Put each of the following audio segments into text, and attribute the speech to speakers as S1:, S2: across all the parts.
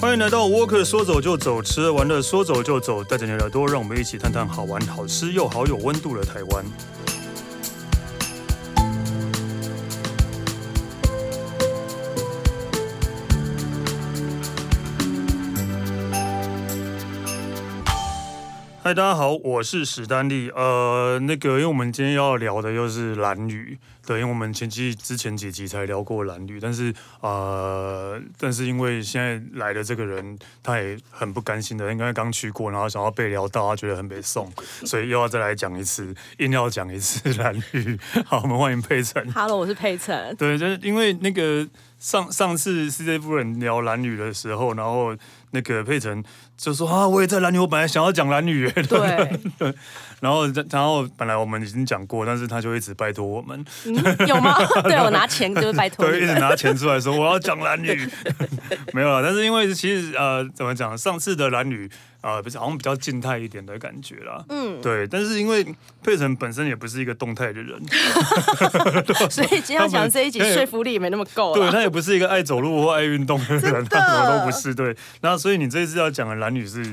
S1: 欢迎来到 Walker，说走就走，吃完了说走就走，带着你的耳朵，让我们一起探探好玩、好吃又好有温度的台湾。嗨，大家好，我是史丹利。呃，那个，因为我们今天要聊的又是蓝雨，对，因为我们前期之前几集才聊过蓝雨，但是呃，但是因为现在来的这个人，他也很不甘心的，应该刚去过，然后想要被聊到，他觉得很被送，所以又要再来讲一次，硬要讲一次蓝雨。好，我们欢迎佩晨。
S2: Hello，我是佩晨。
S1: 对，就是因为那个上上次 CJ 夫人聊蓝女的时候，然后那个佩晨就说啊，我也在蓝女，我本来想要讲蓝女，
S2: 对，
S1: 然后然后本来我们已经讲过，但是他就一直拜托我们，
S2: 嗯，有 吗？对我拿钱就是拜托
S1: 对，
S2: 你
S1: 一直
S2: 们。
S1: 拿钱出来说我要讲蓝 女， 没有了。但是因为其实呃，怎么讲，上次的蓝女呃，不是好像比较静态一点的感觉啦，嗯，对。但是因为佩晨本身也不是一个动态的人，
S2: 所以今天要讲这一集
S1: 他们
S2: 说服力也没那么够
S1: 对
S2: 了。
S1: 他也不是一个爱走路或爱运动的人，
S2: 真的
S1: 他什么都不是。对，那所以你这一次要讲的蓝女是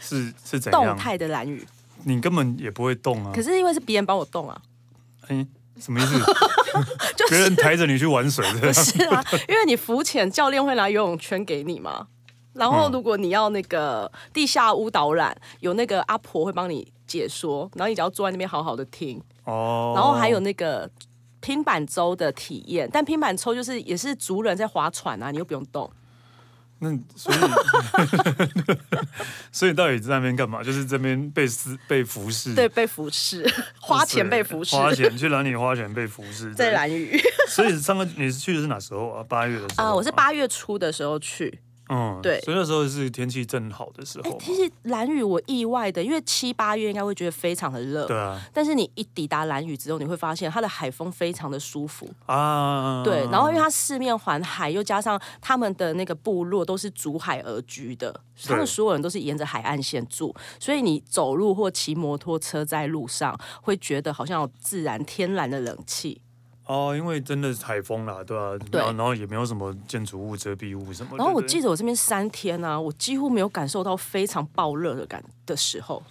S1: 是是怎
S2: 动
S1: 样？
S2: 态的蓝雨，
S1: 你根本也不会动啊
S2: 可！是因为是别人帮我动啊，
S1: 哎，什么意思？
S2: 就
S1: 别
S2: 是
S1: 人抬着你去玩水的
S2: 不是啊？因为你浮潜，教练会拿游泳圈给你嘛。然
S1: 嗯
S2: 后如果你要那个地下舞导览，有那个阿婆会帮你解说，然后你只要坐在那边好好的听。
S1: 哦。
S2: 然后还有那个拼板舟的体验，但拼板舟就是也是族人在划船啊，你又不用动。
S1: 那所以 所以到底在那边干嘛？就是这边被施被服侍，
S2: 对，被服侍，花钱被服侍，
S1: 哦花钱去哪里花钱被服侍？
S2: 在
S1: 对，
S2: 蓝屿
S1: 所以上个你是去的是哪时候啊？八月的时候
S2: 啊、我是
S1: 吗，
S2: 八月初的时候去。
S1: 嗯，
S2: 对
S1: 所以那时候是天气正好的时
S2: 哎、
S1: 候嘛
S2: 其，实蓝屿我意外的，因为七八月应该会觉得非常的热，
S1: 对啊
S2: 但是你一抵达蓝屿之后，你会发现它的海风非常的舒服，
S1: 啊，
S2: 对。然后因为它四面环海，又加上他们的那个部落都是逐海而居的，他们所有人都是沿着海岸线住，所以你走路或骑摩托车在路上，会觉得好像有自然天然的冷气。
S1: 哦，因为真的是台风啦，对吧、啊？
S2: 对
S1: 然后然后也没有什么建筑物遮蔽物什么的。
S2: 然后我
S1: 对
S2: 记得我这边三天啊，我几乎没有感受到非常爆热的感的时候，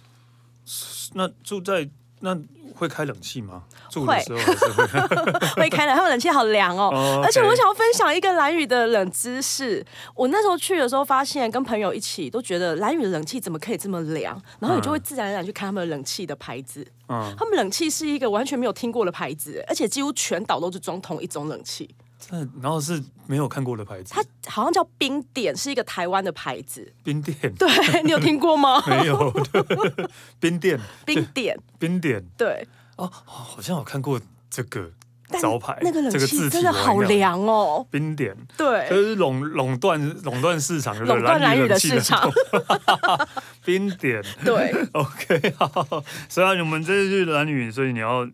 S1: 那住在那会开冷气吗？住的
S2: 会
S1: 时候还是 会。
S2: 会开冷，他们冷气好凉哦。
S1: 哦
S2: 而且
S1: OK
S2: 我想要分享一个蓝雨的冷知识。我那时候去的时候，发现跟朋友一起都觉得蓝雨的冷气怎么可以这么凉，然后你就会自然而然去看他们的冷气的牌子。
S1: 嗯
S2: 他们冷气是一个完全没有听过的牌子，而且几乎全岛都是装同一种冷气。
S1: 真的然后是没有看过的牌子，
S2: 它好像叫冰点，是一个台湾的牌子。
S1: 冰店
S2: 对你有听过吗？
S1: 没有，对冰店
S2: 冰点，
S1: 冰店
S2: 对。
S1: 哦好像有看过这个
S2: 但
S1: 招牌，
S2: 那个
S1: 哎这
S2: 冷
S1: 个
S2: 气
S1: 字
S2: 真
S1: 体
S2: 的
S1: 我还
S2: 好
S1: 没有。
S2: 凉哦，
S1: 冰点
S2: 对，
S1: 就是垄垄断垄断市场，对不对
S2: 垄断蓝
S1: 蓝
S2: 雨
S1: 雨
S2: 的
S1: 冷气
S2: 市场，
S1: 冰点。
S2: 对。
S1: OK，好，所以啊，我们这次去蓝雨，所以你要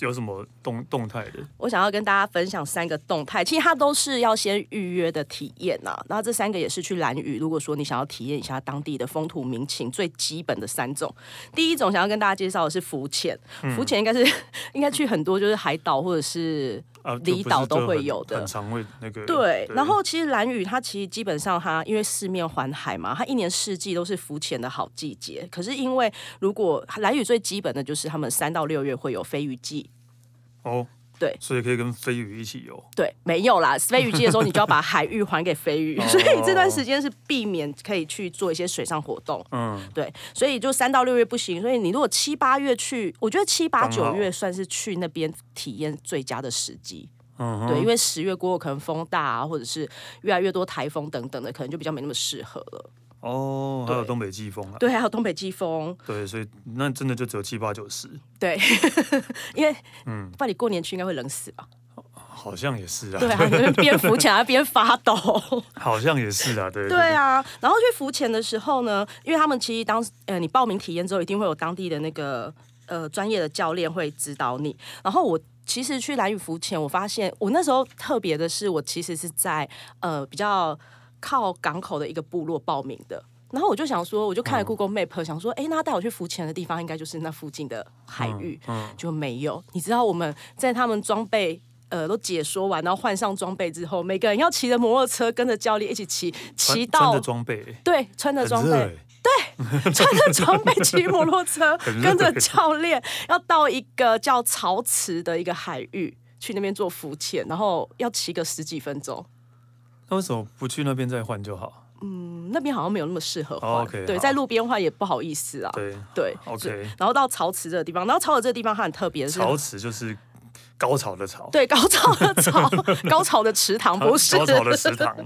S1: 有什么动动态的？
S2: 我想要跟大家分享三个动态，其实它都是要先预约的体验呐、然后这三个也是去兰屿，如果说你想要体验一下当地的风土民情，最基本的三种。第一种想要跟大家介绍的是浮潜，浮潜应该是 应该去很多就是海岛或者是
S1: 啊，就
S2: 离
S1: 不是
S2: 岛都
S1: 就
S2: 会
S1: 很
S2: 有的
S1: 很常会那个。
S2: 对，然后其实兰屿它其实基本上它因为四面环海嘛，它一年四季都是浮潜的好季节。可是因为如果兰屿最基本的就是他们三到六月会有飞鱼季，
S1: 哦，
S2: 对
S1: 所以可以跟飞鱼一起游。
S2: 对，没有啦。飞鱼季的时候，你就要把海域还给飞鱼，
S1: 哦
S2: 所以这段时间是避免可以去做一些水上活动。
S1: 嗯，
S2: 对，所以就三到六月不行。所以你如果七八月去，我觉得七八
S1: 刚好
S2: 九月算是去那边体验最佳的时机。
S1: 嗯哼
S2: 对，因为十月过后可能风大啊，或者是越来越多台风等等的，可能就比较没那么适合了。
S1: 哦，还有
S2: 对
S1: 东北季风啊。
S2: 对，还有东北季风，
S1: 对，所以那真的就只有七八九十，
S2: 对， 因为嗯，不然你过年去应该会冷死吧？
S1: 好像也是啊，
S2: 对啊，你那边边浮起来边发抖。
S1: 好像也是啊，对
S2: 对，啊，然后去浮潜的时候呢，因为他们其实当呃你报名体验之后，一定会有当地的那个呃专业的教练会指导你。然后我其实去蓝屿浮潜，我发现我那时候特别的是，我其实是在呃比较靠港口的一个部落报名的。然后我就想说，我就
S1: 嗯
S2: 看了 Google Map，、想说，哎，那他带我去浮潜的地
S1: 嗯
S2: 方应该就是那附近的海域，就没有。你知道我们在他们装备呃都解说完，然后换上装备之后，每个人要骑着摩托车跟着教练一起骑，骑
S1: 穿穿
S2: 到
S1: 着装备、欸
S2: 对穿着装
S1: 很热
S2: 备。
S1: 欸
S2: 穿着装备骑摩托车，
S1: 很热欸
S2: 跟着教练要到一个叫潮池的一个海域去那边做浮潜，然后要骑个十几分钟。
S1: 那为什么不去那边再换就好？
S2: 嗯，那边好像没有那么适合换，
S1: 哦，OK，
S2: 对，
S1: 好
S2: 在路边换也不好意思啊。
S1: 对，
S2: 对
S1: OK
S2: 是然后到潮池这个地方，然后潮池这个地方它很特别，是啊
S1: 潮池就是高潮的潮，啊
S2: 对高潮的 潮，高潮的 池塘不是
S1: 高潮的池 塘。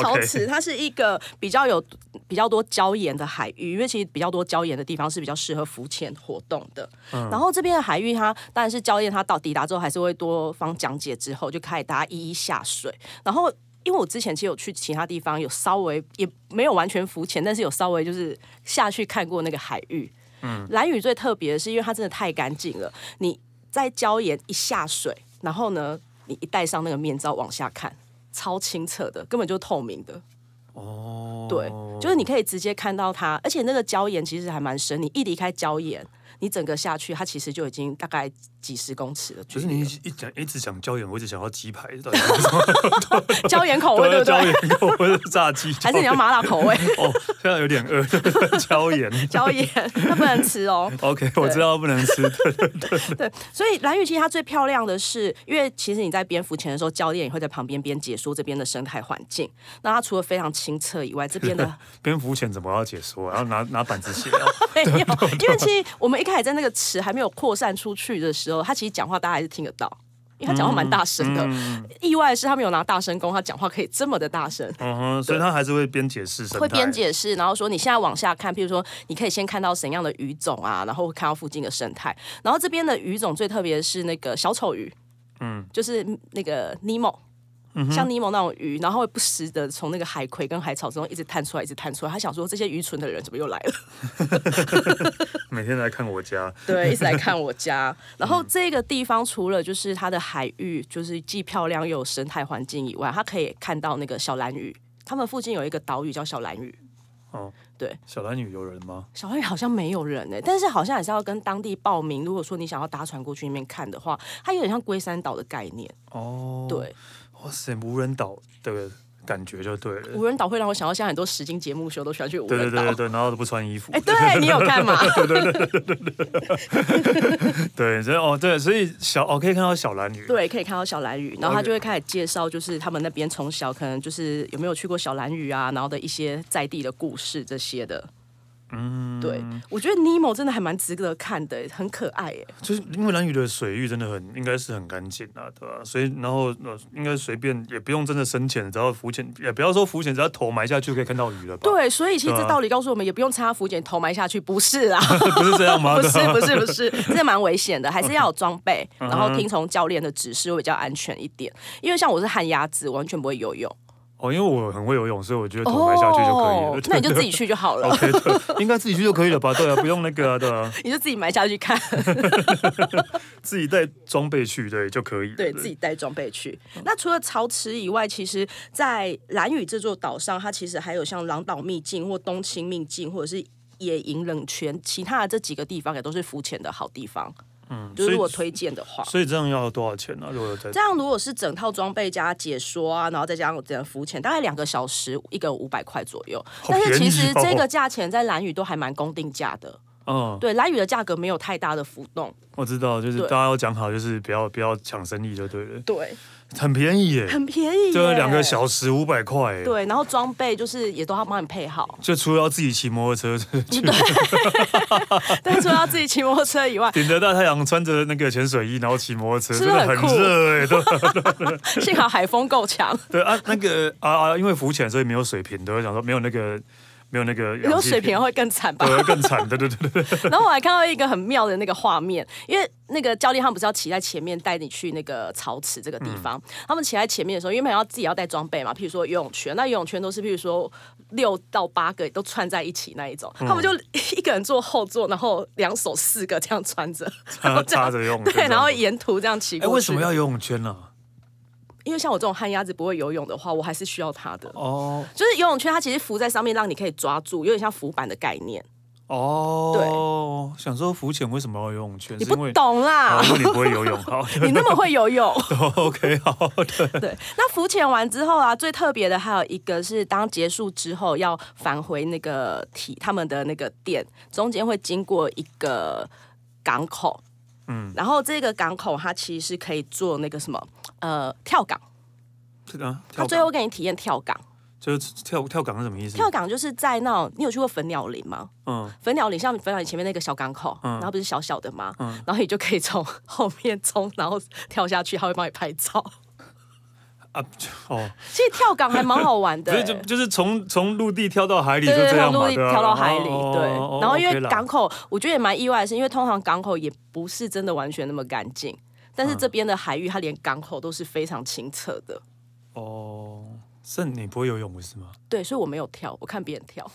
S2: 潮
S1: OK
S2: 池，它是一个比较有比较多礁岩的海域，因为其实比较多礁岩的地方是比较适合浮潜活动的。然后这边的海域它，当然是教练他到抵达之后，还是会多方讲解之后，就开始大家一一下水。然后，因为我之前其实有去其他地方，有稍微也没有完全浮潜，但是有稍微就是下去看过那个海域。嗯，蓝屿最特别的是，因为它真的太干净了，你在礁岩一下水，然后呢，你一戴上那个面罩往下看。超清澈的，根本就透明的。
S1: 哦，
S2: 对，就是你可以直接看到它，而且那个礁岩其实还蛮深，你一离开礁岩，你整个下去，它其实就已经大概几十公尺的距
S1: 就是你
S2: 离
S1: 一
S2: 了。
S1: 一讲一直讲椒盐，我一直想要鸡排，到 底是什么啊
S2: 礁岩 口味对不
S1: 椒
S2: 对？
S1: 盐口味的炸鸡，
S2: 还是你要麻辣口 味？
S1: 椒盐哦，现在有点饿， 椒盐。
S2: 礁岩它不能吃哦。
S1: OK，我知道不能吃，对
S2: 对，所以蓝雨其实它最漂亮的是，因为其实你在边浮潜的时候，教练也会在旁边边解说这边的生态环境。那它除了非常清澈以外，这边的
S1: 蝙蝠潜怎么要解说？啊然后拿拿板子写哦。
S2: 没有，因为其实我们一开始在那个池还没有扩散出去的时候，他其实讲话大家还是听得到，因为他讲话蛮大声的。意外的是，他没有拿大声公，他讲话可以这么的大声。
S1: 嗯哼，所以他还是会边解释生态，
S2: 会边解释，然后说你现在往下看，譬如说你可以先看到怎样的鱼种啊，然后看到附近的生态。然后这边的鱼种最特别的是那个小丑鱼，嗯，就是那个尼莫。像尼莫那种鱼，然后会不时的从那个海葵跟海草中一直探出来，一直探出来。他想说，这些愚蠢的人怎么又来了？
S1: 每天来看我家，
S2: 对，一直来 看我家。然
S1: 嗯
S2: 后这个地方除了就是它的海域，就是既漂亮又有生态环境以外，它可以看到那个小蓝鱼。他们附近有一个岛屿叫小蓝屿，
S1: 哦，
S2: 对，
S1: 小蓝女有人吗？
S2: 小蓝屿好像没有人哎、但是好像也是要跟当地报名。如果说你想要搭船过去那边看的话，它有点像龟山岛的概念，
S1: 哦，，
S2: 对，
S1: 哇塞，无人岛的感觉就对了。
S2: 无人岛会让我想到现在很多实境节目秀都喜欢去无
S1: 对哦对
S2: 人岛
S1: 对。对对，然后都不穿衣服
S2: 哎、，对你有看吗？
S1: 对，所以哦对，所以小哦可以看到小蓝女，
S2: 对，可以看到小蓝鱼，然后他
S1: OK
S2: 就会开始介绍，就是他们那边从小可能就是有没有去过小蓝鱼啊，然后的一些在地的故事这些的。嗯，对，我觉得尼莫真的还蛮值得看的，很可爱耶。
S1: 就是因为蓝屿的水域真的很应该是很干净啊，对吧、所以然后呃应该随便也不用真的深潜，只要浮潜也不要说浮潜，只要头埋下去就可以看到鱼了吧？
S2: 对，所以其实
S1: 对
S2: 这
S1: 啊
S2: 道理告诉我们，也不用插浮潜头埋下去，不是 啊，
S1: 不是这样吗？
S2: 不
S1: 对啊
S2: 是哦
S1: 吧，
S2: 不是不是，这蛮危险的，还是要有装备，
S1: 嗯
S2: 然后听从教练的指示会比较安全一点。因为像我是旱鸭子，完全不会游泳，
S1: 哦，因为我很会游泳，所以我觉得哦头埋下去就可以了。
S2: 哦那你就哦自己去就好了。
S1: OK，对， 应该自己去就可以了吧？对啊，不用那个啊，对啊，
S2: 你就自己埋下去看，
S1: 自己带装备去，对就可以了。
S2: 对自己带装备去。那除了潮池以外，其实，在蓝屿这座岛上，它其实还有像狼岛秘境或东青秘境，或者是野营冷泉，其他的这几个地方也都是浮潜的好地方。嗯，就是如果推荐的话。
S1: 所以这样要多少钱呢、啊？如果在
S2: 这样，如果是整套装备加解说啊，然后再加上我这样浮潜，大概两个小时，一个五百块左右。
S1: 好
S2: 但是
S1: 便宜
S2: 其实
S1: 哦
S2: 这个价钱在蓝屿都还蛮公定价的，
S1: 嗯，
S2: 对，蓝屿的价格没有太大的浮动。
S1: 我知道，就是
S2: 对
S1: 大家要讲好，就是不要不要抢生意就对了，
S2: 对，
S1: 很便宜耶，
S2: 很便宜耶，
S1: 就两个小时五百块耶，
S2: 对，然后装备就是也都要帮你配好。
S1: 就除了要自己骑摩托车，，
S2: 但除了要自己骑摩托车以外
S1: 顶着大太阳，穿着那个潜水衣，然后骑摩托车，
S2: 是
S1: 真
S2: 不是
S1: 的
S2: 很酷
S1: 很热哎，对
S2: 幸好海风够强，
S1: 对啊，那个啊啊，因为浮潜所以没有水瓶，对，我想说没有那个没有那个
S2: 有
S1: 氧气
S2: 水平。会更惨吧
S1: 对。，会更惨，对对对对，
S2: 然后我还看到一个很妙的那个画面，因为那个教练他们不是要骑在前面带你去那个潮池这个地
S1: 嗯
S2: 方，他们骑在前面的时候，因为要自己要带装备嘛，譬如说游泳圈，那游泳圈都是譬如说六到八个都串在一起那一种，
S1: 嗯
S2: 他们就 一个人坐后座，然后两手四个这样穿着，然后 这样
S1: 插着游泳圈这
S2: 对，
S1: 样
S2: 然后沿途这样骑
S1: 哎，
S2: 过去。
S1: 为什么要？游泳圈呢？
S2: 因为像我这种旱鸭子不会游泳的话，我还是需要它的。
S1: 哦
S2: 就是游泳圈，它其实浮在上面，让你可以抓住，有点像浮板的概念。
S1: 哦，对，想说浮潜为什么要游泳圈？
S2: 你
S1: 是因
S2: 不
S1: 为
S2: 懂啦
S1: 啊，因为你不会游泳，好，
S2: 你那么会游泳。
S1: OK，好的，
S2: 对，那浮潜完之后啊，最特别的还有一个是，当结束之后要返回那个体他们的那个店，中间会经过一个港口，嗯，然后这个港口它其实是可以做那个什么呃跳港，
S1: 是啊，
S2: 它
S1: 跳
S2: 最
S1: 港嗯
S2: 后给你体验跳港。
S1: 就是跳跳港是什么意思？
S2: 跳港就是在那种，你有去过粉鸟林吗？
S1: 嗯，
S2: 粉鸟林像粉鸟林前面那个小港口，
S1: 嗯
S2: 然后不是小小的吗？
S1: 嗯
S2: 然后你就可以从后面冲，然后跳下去，它会帮你拍照。
S1: 啊，就哦，
S2: 其实跳港还蛮好玩 的、
S1: 所以就
S2: 欸
S1: 就是从从陆地跳到海里就
S2: 对对
S1: 这
S2: 对，
S1: 样
S2: 从陆
S1: 嘛，
S2: 地
S1: 对吧
S2: 跳到海里，
S1: 哦
S2: 对
S1: 哦哦。
S2: 然后因
S1: OK
S2: 为
S1: 啦
S2: 港口，我觉得也蛮意外的是，因为通常港口也不是真的完全那么干净，但是这边的海域它连港口都是非常清澈的。
S1: 哦，是你不会游泳不是吗？
S2: 对，所以我没有跳，我看别人跳，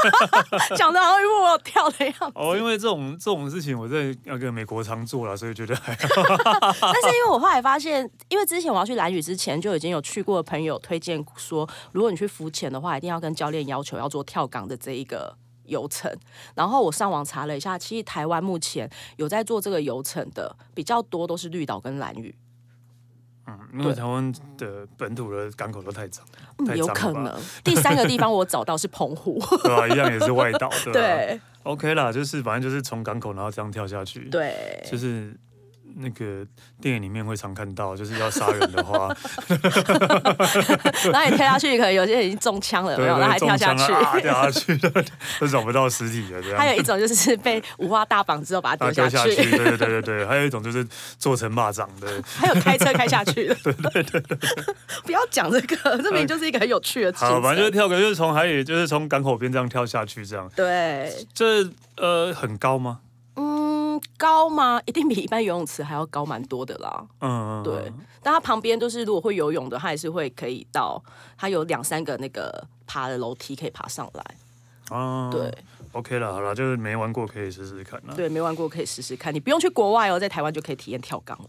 S2: 讲的好像因为我有跳的样子。
S1: 哦，因为这种这种事情我在那个美国常做了，所以觉得 还好。
S2: 但是因为我后来发现，因为之前我要去蓝屿之前，就已经有去过的朋友推荐说，如果你去浮潜的话，一定要跟教练要求要做跳港的这一个。游程，然后我上网查了一下，其实台湾目前有在做这个游程的比较多，都是绿岛跟蓝屿，
S1: 嗯因为台湾的本土的港口都太脏，太
S2: 嗯，有
S1: 脏
S2: 可
S1: 了吧
S2: 能。第三个地方我找到是澎湖，
S1: 对吧、一样也是外 岛， 对吧、啊
S2: 对
S1: o k 啦，就是反正就是从港口然后这样跳下去，，
S2: 对，
S1: 就是那个电影里面会常看到，就是要杀人的 话，
S2: 然后你跳下去，可能有些人已经中枪了，有没
S1: 对，
S2: 有，然后还跳
S1: 中
S2: 下
S1: 枪
S2: 去。
S1: 啊，啊掉下去的，都找不到尸体了，这样。
S2: 还有一种就是被五花大绑之后把它
S1: 啊，
S2: 丢
S1: 掉
S2: 下
S1: 下
S2: 去，
S1: 去，对对对对对，还有一种就是做成蚂蚱的。
S2: 还有开车开下去 的。不要讲这个，这明明就是一个很有趣的行
S1: 哎好，
S2: 程。
S1: 反正就是跳个，就是从海里，就是从港口边这样跳下去，这样。
S2: 对，
S1: 这呃很高吗？
S2: 嗯，高吗？一定比一般游泳池还要高蛮多的啦。
S1: 嗯，嗯
S2: 对，
S1: 嗯
S2: 但它旁边就是如果会游泳的，它也是会可以到，它有两三个那个爬的楼梯可以爬上来。
S1: 啊，
S2: 对、
S1: ，OK 了，好了，就是没玩过可以试试看啦。
S2: 对，没玩过可以试试看，你不用去国外哦，在台湾就可以体验跳 港了。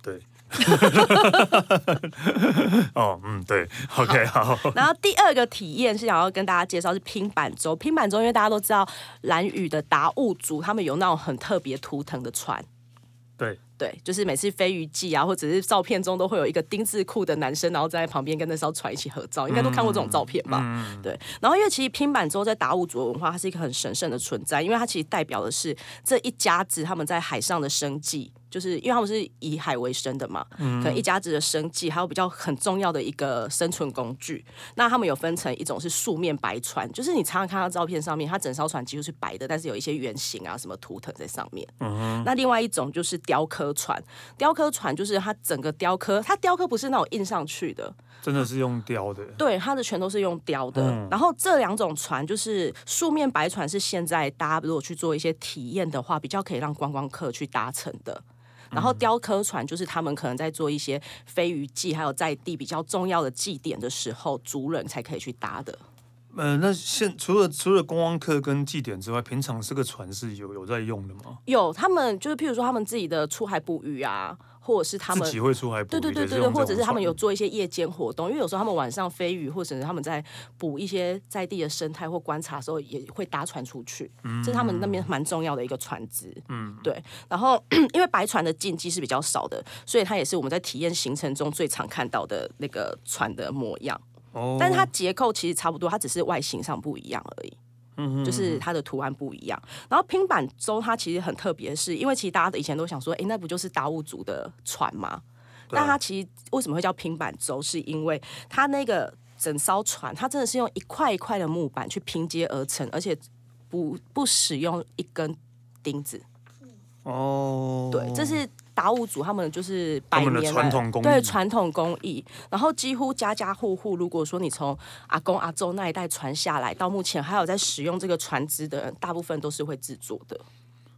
S1: 对， 哦，嗯，对，OK，好，
S2: 然后第二个体验是想要跟大家介绍是拼板舟。拼板舟，因为大家都知道蓝屿的达悟族，他们有那种很特别图腾的船。
S1: 对，
S2: 对，就是每次飞鱼记啊，或者是照片中都会有一个丁字裤的男生，然后站在旁边跟那艘船一起合照，应该都看过这种照片吧？对。然后因为其实拼板舟在达悟族文化，它是一个很神圣的存在，因为它其实代表的是这一家子他们在海上的生计，就是因为他们是以海为生的嘛，可能一家子的生计，还有比较很重要的一个生存工具。那他们有分成一种是素面白船，就是你常常看到照片上面，它整艘船几乎是白的，但是有一些圆形啊什么图腾在上面。那另外一种就是雕刻船，雕刻船就是它整个雕刻，它雕刻不是那种印上去的，
S1: 真的是用雕的，
S2: 对，它的全都是用雕的。
S1: 嗯
S2: 然后这两种船就是素面白船，是现在大家如果去做一些体验的话，比较可以让观光客去搭乘的。
S1: 嗯
S2: 然后雕刻船就是他们可能在做一些飞鱼祭，还有在地比较重要的祭典的时候，族人才可以去搭的。
S1: 呃，那现除了除了观光客跟祭典之外，平常这个船是有有在用的吗？
S2: 有他们就是譬如说他们自己的出海捕鱼啊，或者是他们
S1: 自己会出海捕
S2: 对
S1: 鱼，
S2: 对对对
S1: 也
S2: 对，
S1: 用这
S2: 或
S1: 种
S2: 者是他们
S1: 船
S2: 有做一些夜间活动，因为有时候他们晚上飞鱼，或者是他们在捕一些在地的生态或观察的时候，也会搭船出去，这是他们那边蛮重要的一个船只。嗯，对。然后 因为白船的禁忌是比较少的，所以它也是我们在体验行程中最常看到的那个船的模样，
S1: 哦，
S2: 但是它结构其实差不多，它只是外形上不一样而已。
S1: 嗯
S2: 就是它的图案不一样。然后拼板舟它其实很特别，是因为其实大家以前都想说，诶，那不就是达悟族的船吗？
S1: 对啊
S2: 但它其实为什么会叫拼板舟，是因为它那个整艘船，它真的是用一块一块的木板去拼接而成，而且不不使用一根钉子。
S1: 哦，
S2: 对，这是达悟族他们就是
S1: 他
S2: 百
S1: 们
S2: 年
S1: 的
S2: 来
S1: 传统工艺
S2: 对传统工艺。然后几乎家家户户，如果说你从阿公阿周那一代传下来，到目前还有在使用这个船只的人，大部分都是会制作的。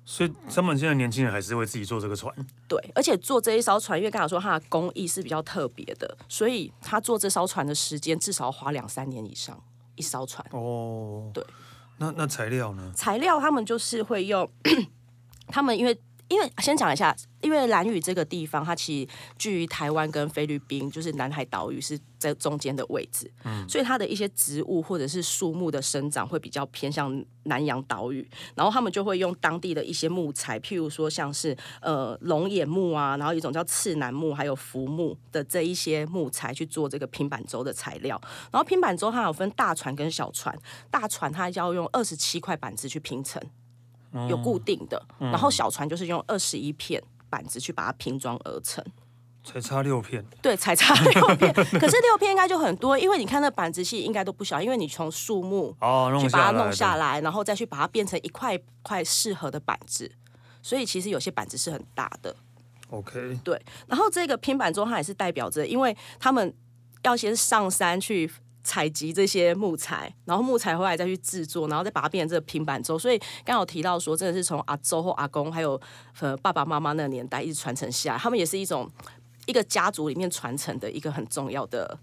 S1: 所以他们现在年轻人还是会自己做这个船，
S2: 对，而且做这一艘船，因为刚才说它的工艺是比较特别的，所以他做这艘船的时间至少要花两三年以上一艘船。
S1: 哦，
S2: 对，
S1: 那那材料呢？
S2: 材料他们就是会用，他们因为因为先讲一下，因为兰屿这个地方，它其实距于台湾跟菲律宾，就是南海岛屿是在中间的位置，所以它的一些植物或者是树木的生长会比较偏向南洋岛屿，然后他们就会用当地的一些木材，譬如说像是呃龙眼木啊，然后有一种叫刺楠木，还有浮木的这一些木材去做这个平板舟的材料。然后平板舟它有分大船跟小船，大船它要用二十七块板子去拼成，有固定的，然后小船就是用二十一片。板子去把它拼装而成，
S1: 才差六片，
S2: 对，才差六片，可是六片应该就很多，因为你看那板子戏应该都不小，因为你从树木
S1: 哦，弄
S2: 去把
S1: 下
S2: 它
S1: 来，
S2: 弄下来，然后再去把它变成一块一块适合的板子。所以其实有些板子是很大的，
S1: 对 OK，
S2: 对。然后这个拼板舟它也是代表着，因为他们要先上山去采集这些木材，然后木材回来再去制作，然后再把它变成这个平板舟。所以刚刚有提到说，真的是从阿周或阿公还有呃爸爸妈妈那个年代一直传承下来，他们也是一种一个家族里面传承的一个很重要的，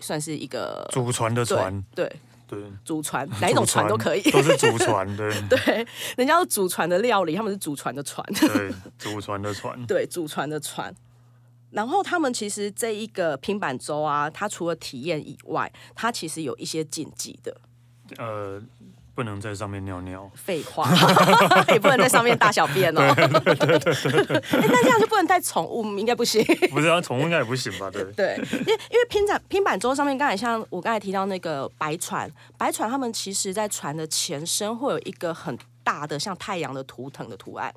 S2: 算是一个
S1: 祖传的
S2: 对
S1: 船，
S2: 对
S1: 对，
S2: 祖传哪一种
S1: 祖
S2: 船都可以，
S1: 都是祖 传，对
S2: 对，人家是祖传的料理，他们是祖传的船，
S1: 对，祖传的船，
S2: 对，祖传的船。然后他们其实这一个平板舟啊，它除了体验以外，它其实有一些禁忌的。
S1: 呃，不能在上面尿尿，
S2: 废话，也不能在上面大小便哦。哎那这样就不能带宠物，应该不行。
S1: 不是啊，宠物应该也不行吧？对，
S2: 对，因为因为拼板拼板舟上面，刚才像我刚才提到那个白船，白船他们其实在船的前身会有一个很大的像太阳的图腾的图案。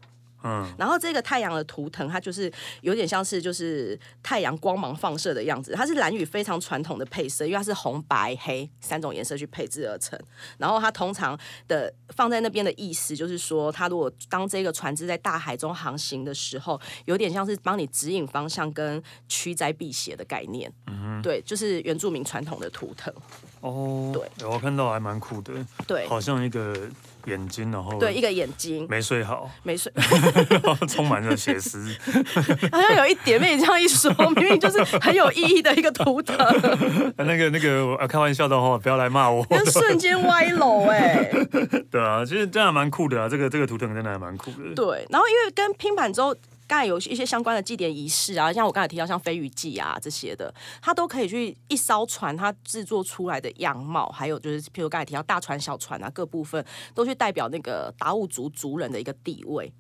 S1: 嗯，
S2: 然后这个太阳的图腾，它就是有点像是就是太阳光芒放射的样子，它是蓝雨非常传统的配色，因为它是红白黑三种颜色去配置而成。然后它通常的放在那边的意思就是说，它如果当这个船只在大海中航行的时候，有点像是帮你指引方向跟驱灾避邪的概念。嗯，对，就是原住民传统的图腾。
S1: 哦，
S2: 对
S1: 哎，我看到还蛮酷的，
S2: 对
S1: 好像一个眼睛，然后
S2: 对，一个眼睛
S1: 没睡好，
S2: 没睡。
S1: 然后充满了血丝，
S2: 好像有一点被你这样一说，明明就是很有意义的一个图腾。
S1: 那个那个，我啊开玩笑的哦，不要来骂我。
S2: 那 瞬间歪楼哎、
S1: 对啊，其实真的还蛮酷的啊，这个这个图腾真的还蛮酷的。
S2: 对，然后因为跟拼板舟。刚才有一些相关的祭典仪式啊，像我刚才提到像飞鱼祭啊这些的，它都可以去一艘船它制作出来的样貌，还有就是譬如刚才提到大船、小船啊各部分，都去代表那个达悟族族人的一个地位。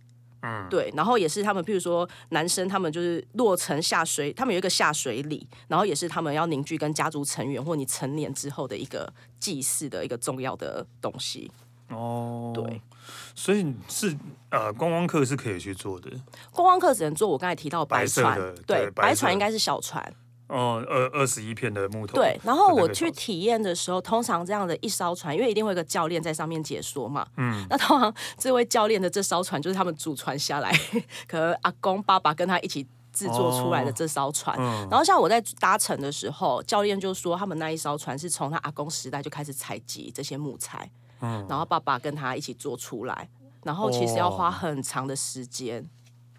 S2: 嗯，对，然后也是他们，譬如说男生他们就是落成下水，他们有一个下水礼，然后也是他们要凝聚跟家族成员或你成年之后的一个祭祀的一个重要的东西。
S1: 哦，
S2: 对，
S1: 所以是呃，观光客是可以去做的。
S2: 观光客只能坐我刚才提到的白
S1: 白色
S2: 船，
S1: 的
S2: 对
S1: 对，白
S2: 白
S1: 色
S2: 船
S1: 的
S2: 应该是小船，
S1: 哦，二二十一片的木头。
S2: 对。然后
S1: 的那
S2: 我
S1: 个
S2: 去
S1: 小
S2: 体验的时候，通常这样的一艘船，因为一定会有个教练在上面解说嘛，嗯，那通常这位教练的这艘船就是他们祖传下来， 可能阿公爸爸跟他一起。制作出来的
S1: 哦
S2: 这艘船，
S1: 嗯
S2: 然后像我在搭乘的时候，教练就说他们那一艘船是从他阿公时代就开始采集这些木材，嗯，然后爸爸跟他一起做出来，然后其实要花
S1: 哦
S2: 很长的时间，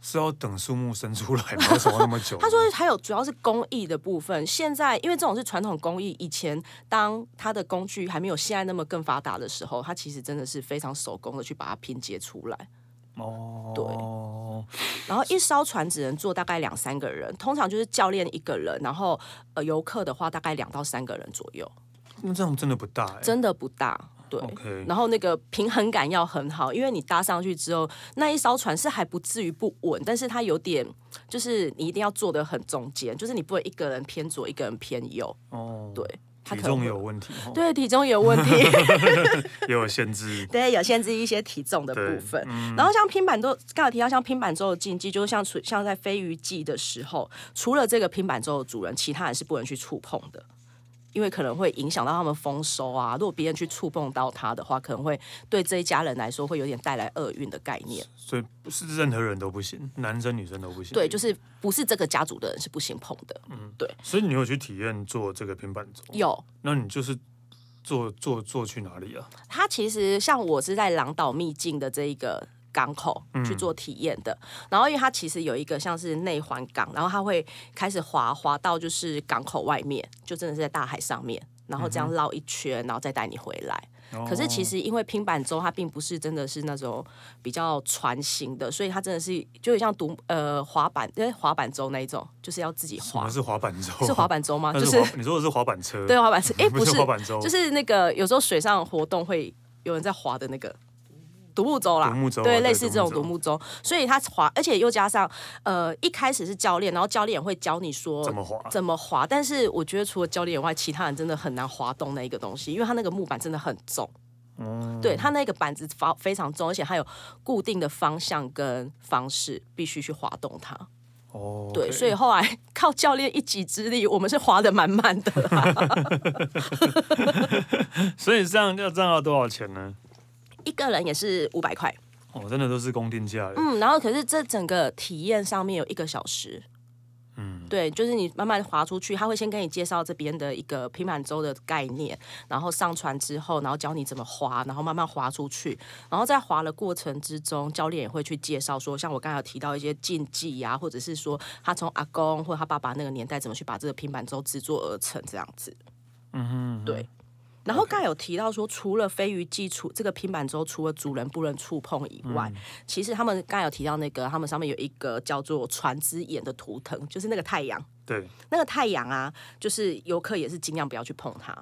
S1: 是要等树木生出来 吗？为什么那么久？
S2: 他说还有主要是工艺的部分，现在因为这种是传统工艺，以前当它的工具还没有现在那么更发达的时候，它其实真的是非常手工的去把它拼接出来。
S1: 哦，
S2: 然后一艘船只能坐大概两三个人，通常就是教练一个人，然后呃游客的话大概两到三个人左右，
S1: 对，那这样真的不大哎、
S2: 真的不大。对
S1: OK
S2: 然后那个平衡感要很好，因为你搭上去之后，那一艘船是还不至于不稳，但是它有点就是你一定要坐得很中间，就是你不会一个人偏左，一个人偏右。
S1: 哦，
S2: 对，他
S1: 体
S2: 可能
S1: 重
S2: 会
S1: 有问题，哦，
S2: 对体重有问题，
S1: 也有限制。
S2: 对，有限制一些体重的
S1: 对嗯
S2: 部分。然后像拼板舟，刚才提到像拼板舟的禁忌，就是像除像在飞鱼季的时候，除了这个拼板舟的主人，其他人是不能去触碰的。因为可能会影响到他们丰收啊，如果别人去触碰到它的话，可能会对这一家人来说会有点带来厄运的概念。
S1: 所以不是任何人都不行，男生女生都不行。
S2: 对，就是不是这个家族的人是不行碰
S1: 哦
S2: 的。
S1: 所以你有去体验做这个平板舟？
S2: 有
S1: 那你就是坐坐坐去哪里啊？
S2: 它其实像我是在狼岛秘境的这一个港口
S1: 嗯
S2: 去做体验的，然后因为它其实有一个像是内环港，然后它会开始滑滑到就是港口外面，就真的是在大海上面，然后
S1: 嗯
S2: 这样绕一圈，然后再带你回来。
S1: 哦
S2: 可是其实因为拼板舟它并不是真的是那种比较船型的，所以它真的是就像独呃滑板，呃滑板舟那一种，就是要自己
S1: 我
S2: 滑
S1: 们。是滑板舟，
S2: 是滑板舟吗？
S1: 那
S2: 啊就是是
S1: 滑，你说的是滑板车，
S2: 对，滑板车，哎、
S1: 不
S2: 不
S1: 是
S2: 是
S1: 滑板舟
S2: 就是那个有时候水上活动会有人在滑的那个独木舟啦，
S1: 独木舟啊
S2: 对，
S1: 对
S2: 类似这种
S1: 独
S2: 独
S1: 木
S2: 木舟，所以他滑，而且又加上呃，一开始是教练，然后教练也会教你说
S1: 怎么滑
S2: 怎么滑，但是我觉得除了教练以外，其他人真的很难滑动那一个东西，因为他那个木板真的很重。
S1: 哦嗯
S2: 对他那个板子非非常重，而且它有固定的方向跟方式，必须去滑动它。
S1: 哦，
S2: 对
S1: OK
S2: 所以后来 靠教练一己之力，我们是滑的满满的啦。
S1: 所以这样要这样要多少钱呢？
S2: 一个人也是五百块。
S1: 哦，真的都是公定价的，
S2: 嗯，然后可是这整个体验上面有一个小时。
S1: 嗯，
S2: 对，就是你慢慢滑出去，他会先跟你介绍这边的一个平板舟的概念，然后上船之后，然后教你怎么滑，然后慢慢滑出去，然后在滑的过程之中，教练也会去介绍说，像我刚才有提到一些禁忌呀、或者是说他从阿公或者他爸爸那个年代怎么去把这个平板舟制作而成这样子。
S1: 嗯哼，
S2: 对。然后刚才有提到说，除了飞鱼寄出这个平板舟，除了主人不能触碰以外，
S1: 嗯
S2: 其实他们刚才有提到那个，他们上面有一个叫做船之眼的图腾，就是那个太阳，
S1: 对，
S2: 那个太阳啊，就是游客也是尽量不要去碰它，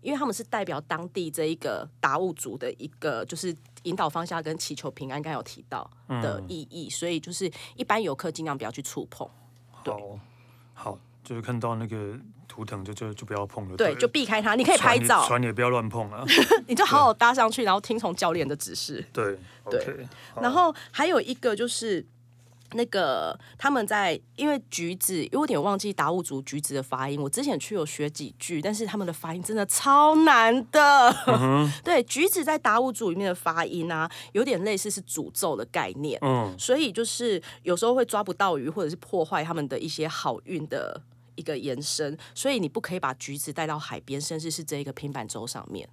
S2: 因为他们是代表当地这一个达悟族的一个就是引导方向跟祈求平安，刚才有提到的意义，所以就是一般游客尽量不要去触碰，对
S1: 好，哦好，就是看到那个图腾就就就不要碰了，
S2: 对，就避开它。你可以拍
S1: 船也
S2: 照，
S1: 船也不要乱碰 啊，
S2: 你就好好搭上去，然后听从教练的指示。
S1: 对
S2: 对
S1: ，OK，好
S2: 然后还有一个就是那个他们在因为橘子，因为我有点忘记达悟族橘子的发音，我之前去有学几句，但是他们的发音真的超难的。 对，橘子在达悟族里面的发音啊，有点类似是诅咒的概念，
S1: 嗯，
S2: 所以就是有时候会抓不到鱼，或者是破坏他们的一些好运的。一个延伸，所以你不可以把橘子带到海边，甚至是这一个平板舟上面。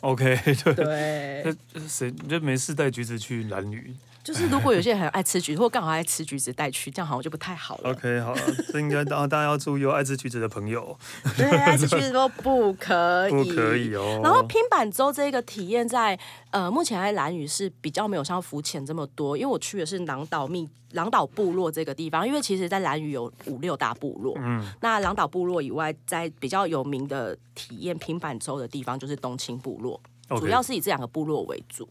S1: OK，对，
S2: 对
S1: 那谁就没事带橘子去蓝旅
S2: 就是如果有些人很爱吃橘子，或刚好爱吃橘子带去，这样好像就不太好了。
S1: ？OK，好了，啊这应该大大家要注意哦，爱吃橘子的朋友
S2: 对，啊 爱吃橘子都不可以，
S1: 不可以哦。
S2: 然后拼板舟这个体验在呃，目前在兰屿是比较没有像浮潜这么多，因为我去的是狼岛密狼岛部落这个地方，因为其实在兰屿有五六大部落，嗯，那狼岛部落以外，在比较有名的体验拼板舟的地方就是东青部落
S1: OK
S2: 主要是以这两个部落为主。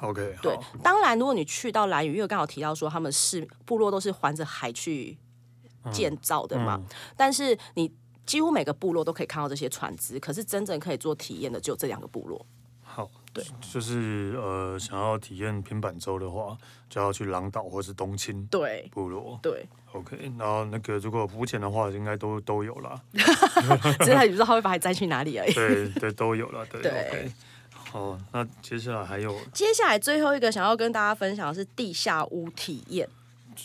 S1: OK，
S2: 对
S1: 好，，
S2: 当然，如果你去到兰屿，因为刚好提到说他们是部落都是环着海去建造的嘛，但是你几乎每个部落都可以看到这些船只，可是真正可以做体验的只有这两个部落。
S1: 好，
S2: 对，
S1: 就是呃，想要体验平板舟的话，就要去狼岛或是东青
S2: 对
S1: 部落。
S2: 对，
S1: OK，然后那个如果浮潜的话，应该都都有 啦。
S2: 只是他不知道他会把你载去哪里 而已。
S1: 对对，都有啦。对
S2: 对
S1: OK，好，那接下来还有
S2: 接下来最后一个想要跟大家分享的是地下屋体验。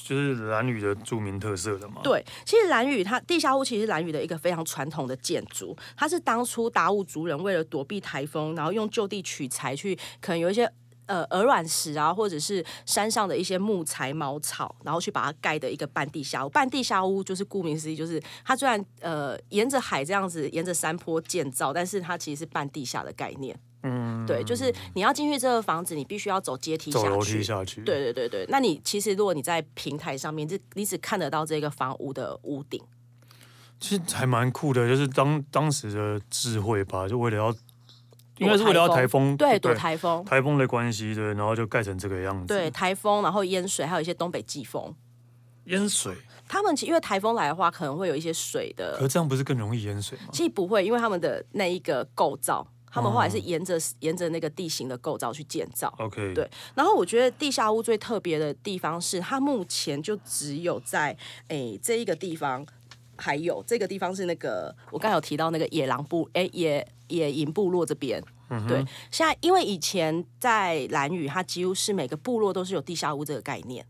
S1: 就是蓝屿的著名特色的嘛。
S2: 对，其实蓝屿它地下屋其实是蓝屿的一个非常传统的建筑，它是当初达悟族人为了躲避台风，然后用就地取材去，可能有一些。呃，鹅卵石啊，或者是山上的一些木材、茅草，然后去把它盖的一个半地下屋。半地下屋就是顾名思义，就是它虽然呃沿着海这样子，沿着山坡建造，但是它其实是半地下的概念。嗯，对，就是你要进去这个房子，你必须要走阶梯下
S1: 走
S2: 去，
S1: 楼梯下去。
S2: 对对对对，那你其实如果你在平台上面，这你只看得到这个房屋的屋顶，
S1: 其实还蛮酷的，就是当当时的智慧吧，就为了要，应该是为了要台风，
S2: 对，躲台风，
S1: 台风的关系，对，然后就盖成这个样子。
S2: 对，台风，然后淹水，还有一些东北季风。
S1: 淹水，
S2: 他们其因为台风来的话，可能会有一些水的
S1: 可，这样不是更容易淹水吗？
S2: 其实不会，因为他们的那一个构造，他们后来是
S1: 哦
S2: 沿着、沿着那个地形的构造去建造。
S1: OK，
S2: 对，然后我觉得地下屋最特别的地方是，它目前就只有在诶这一个地方，还有这个地方是那个我刚才有提到那个野狼部诶野野营部落这边。对，现在因为以前在兰屿，它几乎是每个部落都是有地下屋这个概念。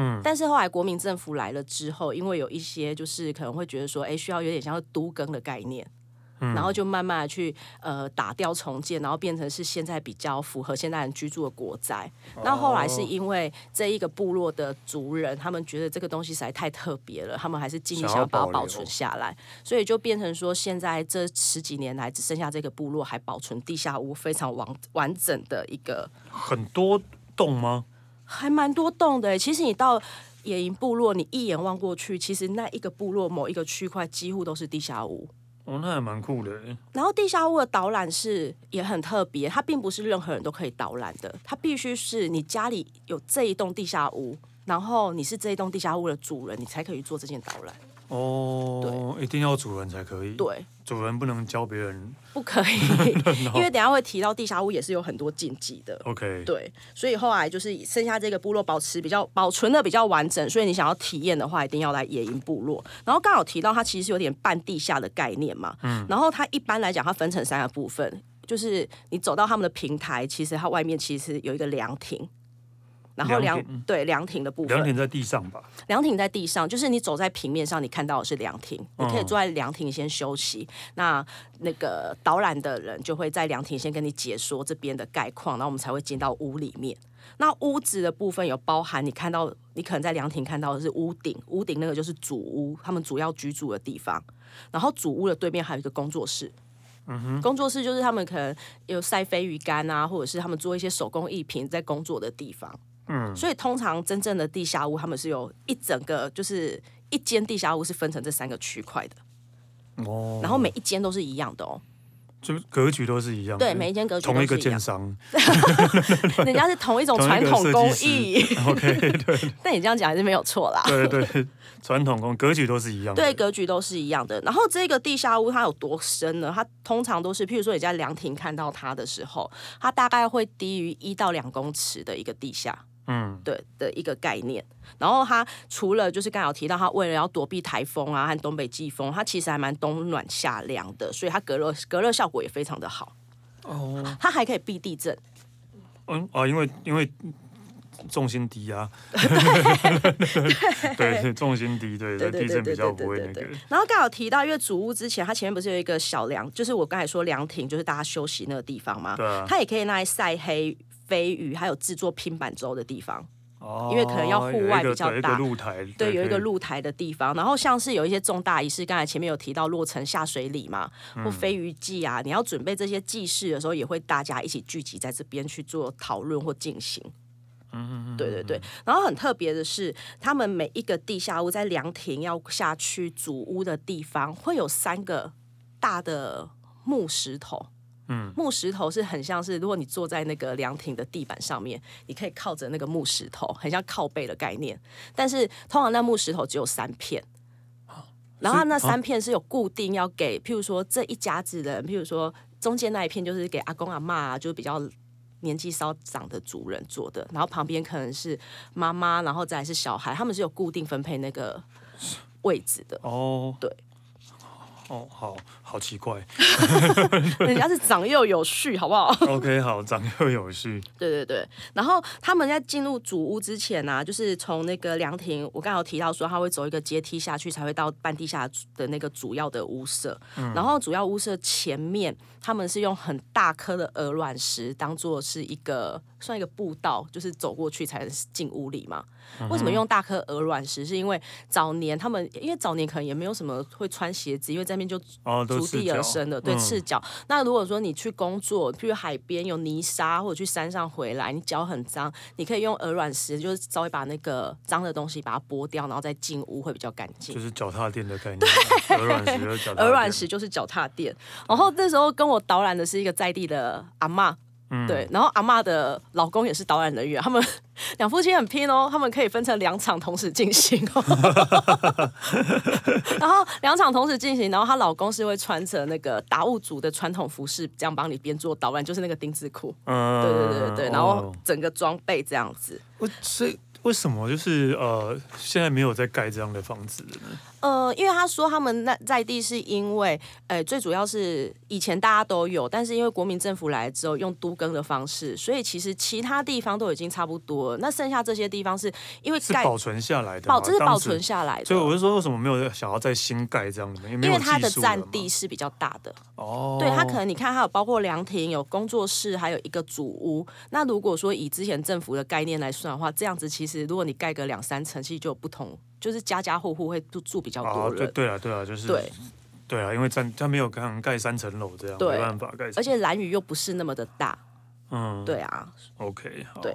S2: 嗯，但是后来国民政哎府来了之后，因为有一些就是可能会觉得说，诶，需要有点像是都更的概念，
S1: 嗯
S2: 然后就慢慢的去呃打掉重建，然后变成是现在比较符合现代人居住的国宅。那后来
S1: 哦
S2: 是因为这一个部落的族人，他们觉得这个东西实在太特别了，他们还是尽力
S1: 想
S2: 想
S1: 要
S2: 要把它
S1: 保
S2: 保
S1: 留
S2: 存下来，所以就变成说，现在这十几年来只剩下这个部落还保存地下屋非常完完整的一个
S1: 很多栋吗？
S2: 还蛮多栋的欸。其实你到野营部落，你一眼望过去，其实那一个部落某一个区块几乎都是地下屋。
S1: 哦，那还蛮酷的欸。
S2: 然后地下屋的导览是也很特别，它并不是任何人都可以导览的，它必须是你家里有这一栋地下屋，然后你是这一栋地下屋的主人，你才可以做这件导览。
S1: 哦，一定要主人才可以，
S2: 对，
S1: 主人不能教别人。
S2: 不可以，因为等一下会提到地下屋也是有很多禁忌的。
S1: OK，
S2: 对，所以后来就是剩下这个部落保持比较保存的比较完整，所以你想要体验的话，一定要来野营部落。然后刚好提到它其实有点半地下的概念嘛，嗯，然后它一般来讲它分成三个部分，就是你走到他们的平台，其实它外面其实有一个凉亭。然后
S1: 凉
S2: 凉
S1: 亭
S2: 对凉亭的部分
S1: 凉，亭在地上吧？
S2: 凉亭在地上，就是你走在平面上，你看到的是凉亭，你可以坐在凉亭先休息。那那个导览的人就会在凉亭先跟你解说这边的概况，然后我们才会进到屋里面。那屋子的部分有包含你看到，你可能在凉亭看到的是屋顶，屋顶那个就是主屋，他们主要居住的地方。然后主屋的对面还有一个工作室。工作室就是他们可能有晒飞鱼干啊，或者是他们做一些手工艺品在工作的地方。所以通常真正的地下屋，他们是有一整个就是一间地下屋是分成这三个区块的，
S1: 哦，
S2: 然后每一间都是一样的哦。
S1: 就格局都是一样的，
S2: 对，每一间格局
S1: 同
S2: 都
S1: 一个
S2: 是一
S1: 建
S2: 样，
S1: 商。
S2: 人家是同一 种
S1: 同一个
S2: 传统工
S1: 设计
S2: 艺。 但你这样讲还是没有错啦。
S1: 对对， 传统工格局都是一样的。
S2: 对，格局都是一样的。然后这个地下屋它有多深呢？它通常都是，譬如说你在凉亭看到它的时候，它大概会低于一到两公尺的一个地下。
S1: 嗯，
S2: 对的一个概念。然后它除了就是刚才有提到，它为了要躲避台风啊和东北季风，它其实还蛮冬暖夏凉的，所以它隔热隔热效果也非常的好。
S1: 哦，
S2: 它还可以避地震，
S1: 嗯啊，因为因为重心低啊， 对对，重心低，对对，
S2: 对对
S1: 地
S2: 对
S1: 震
S2: 对
S1: 比较
S2: 对
S1: 不
S2: 对
S1: 会
S2: 对
S1: 那个
S2: 对。。然后刚好提到，因为主屋之前，它前面不是有一个小凉，就是我刚才说凉亭，就是大家休息那个地方嘛
S1: 对啊，
S2: 它也可以拿来晒黑飞鱼，还有制作拼板舟的地方。
S1: 哦
S2: 因为可能要户外比较
S1: 有一个有一个
S2: 大
S1: 露台，
S2: 对，有一
S1: 可
S2: 个
S1: 以，
S2: 露台的地方。然后像是有一些重大仪式，刚才前面有提到落成下水礼嘛，或飞鱼祭啊，你要准备这些祭事的时候，也会大家一起聚集在这边去做讨论或进行。嗯对对对，然后很特别的是，他们每一个地下屋在凉亭要下去主屋的地方，会有三个大的木石头。嗯，木石头是很像是，如果你坐在那个凉亭的地板上面，你可以靠着那个木石头，很像靠背的概念。但是通常那木石头只有三片，然后它那三片是有固定要给，譬如说这一家子人，譬如说中间那一片就是给阿公阿妈、啊，就是比较年纪稍长的族人做的，然后旁边可能是妈妈，然后再来是小孩，他们是有固定分配那个位置的
S1: 哦，
S2: 对。
S1: 哦，好好奇怪。
S2: 人家是长幼有序，好不好？
S1: OK，好，长幼有序。
S2: 对对对，然后他们在进入主屋之前呢、就是从那个凉亭，我刚刚有提到说他会走一个阶梯下去，才会到半地下的那个主要的屋舍。然后主要屋舍前面，他们是用很大颗的鹅卵石当做是一个算一个步道，就是走过去才能进屋里嘛。为什么用大颗鹅卵石？是因为早年他们因为早年可能也没有什么会穿鞋子，因为在那边就
S1: 哦，都嗯
S2: 逐
S1: 是
S2: 地而生的，对，赤脚。那如果说你去工作，譬如海边有泥沙，或者去山上回来，你脚很脏，你可以用鹅卵石，就是稍微把那个脏的东西把它剥掉，然后再进屋会比较干净
S1: 就。是脚踏垫的概念，啊鹅卵石就是脚踏垫，
S2: 鹅卵石就是脚踏垫，然后那时候跟我导览的是一个在地的阿嬷，对，然后阿嬷的老公也是导览人员，他们 两夫妻很拼哦，他们可以分成两场同时进行哦，然后两场同时进行，然后她老公是会穿着那个达悟族的传统服饰，这样帮你边做导览，就是那个丁字裤，
S1: 嗯，
S2: 对对对对对，然后
S1: 哦
S2: 整个装备这样子，
S1: 为所以为什么就是呃，现在没有在盖这样的房子了呢？
S2: 呃，因为他说他们那在地是因为，呃，最主要是以前大家都有，但是因为国民政府来之后用都更的方式，所以其实其他地方都已经差不多了。那剩下这些地方是因为
S1: 是
S2: 盖
S1: 保存下来的嘛，
S2: 保，这是保
S1: 当时
S2: 存。下来的，
S1: 所以我就说，为什么没有想要再新盖这样的呢？因为没
S2: 因为
S1: 有
S2: 它
S1: 技
S2: 的
S1: 术了
S2: 占
S1: 嘛
S2: 地是比较大的。
S1: 哦，
S2: 对它可能你看，它有包括凉亭、有工作室，还有一个主屋。那如果说以之前政府的概念来算的话，这样子其实如果你盖个两三层，其实就有不同，就是家家户户会住住比较
S1: 啊
S2: 多，
S1: 对
S2: 人。
S1: 对啊，对啊，就是
S2: 对，
S1: 对啊，因为占它没有可能盖三层楼这样，
S2: 对
S1: 没办法盖。
S2: 而且蓝雨又不是那么的大，
S1: 嗯，
S2: 对啊。
S1: ，OK，好
S2: 对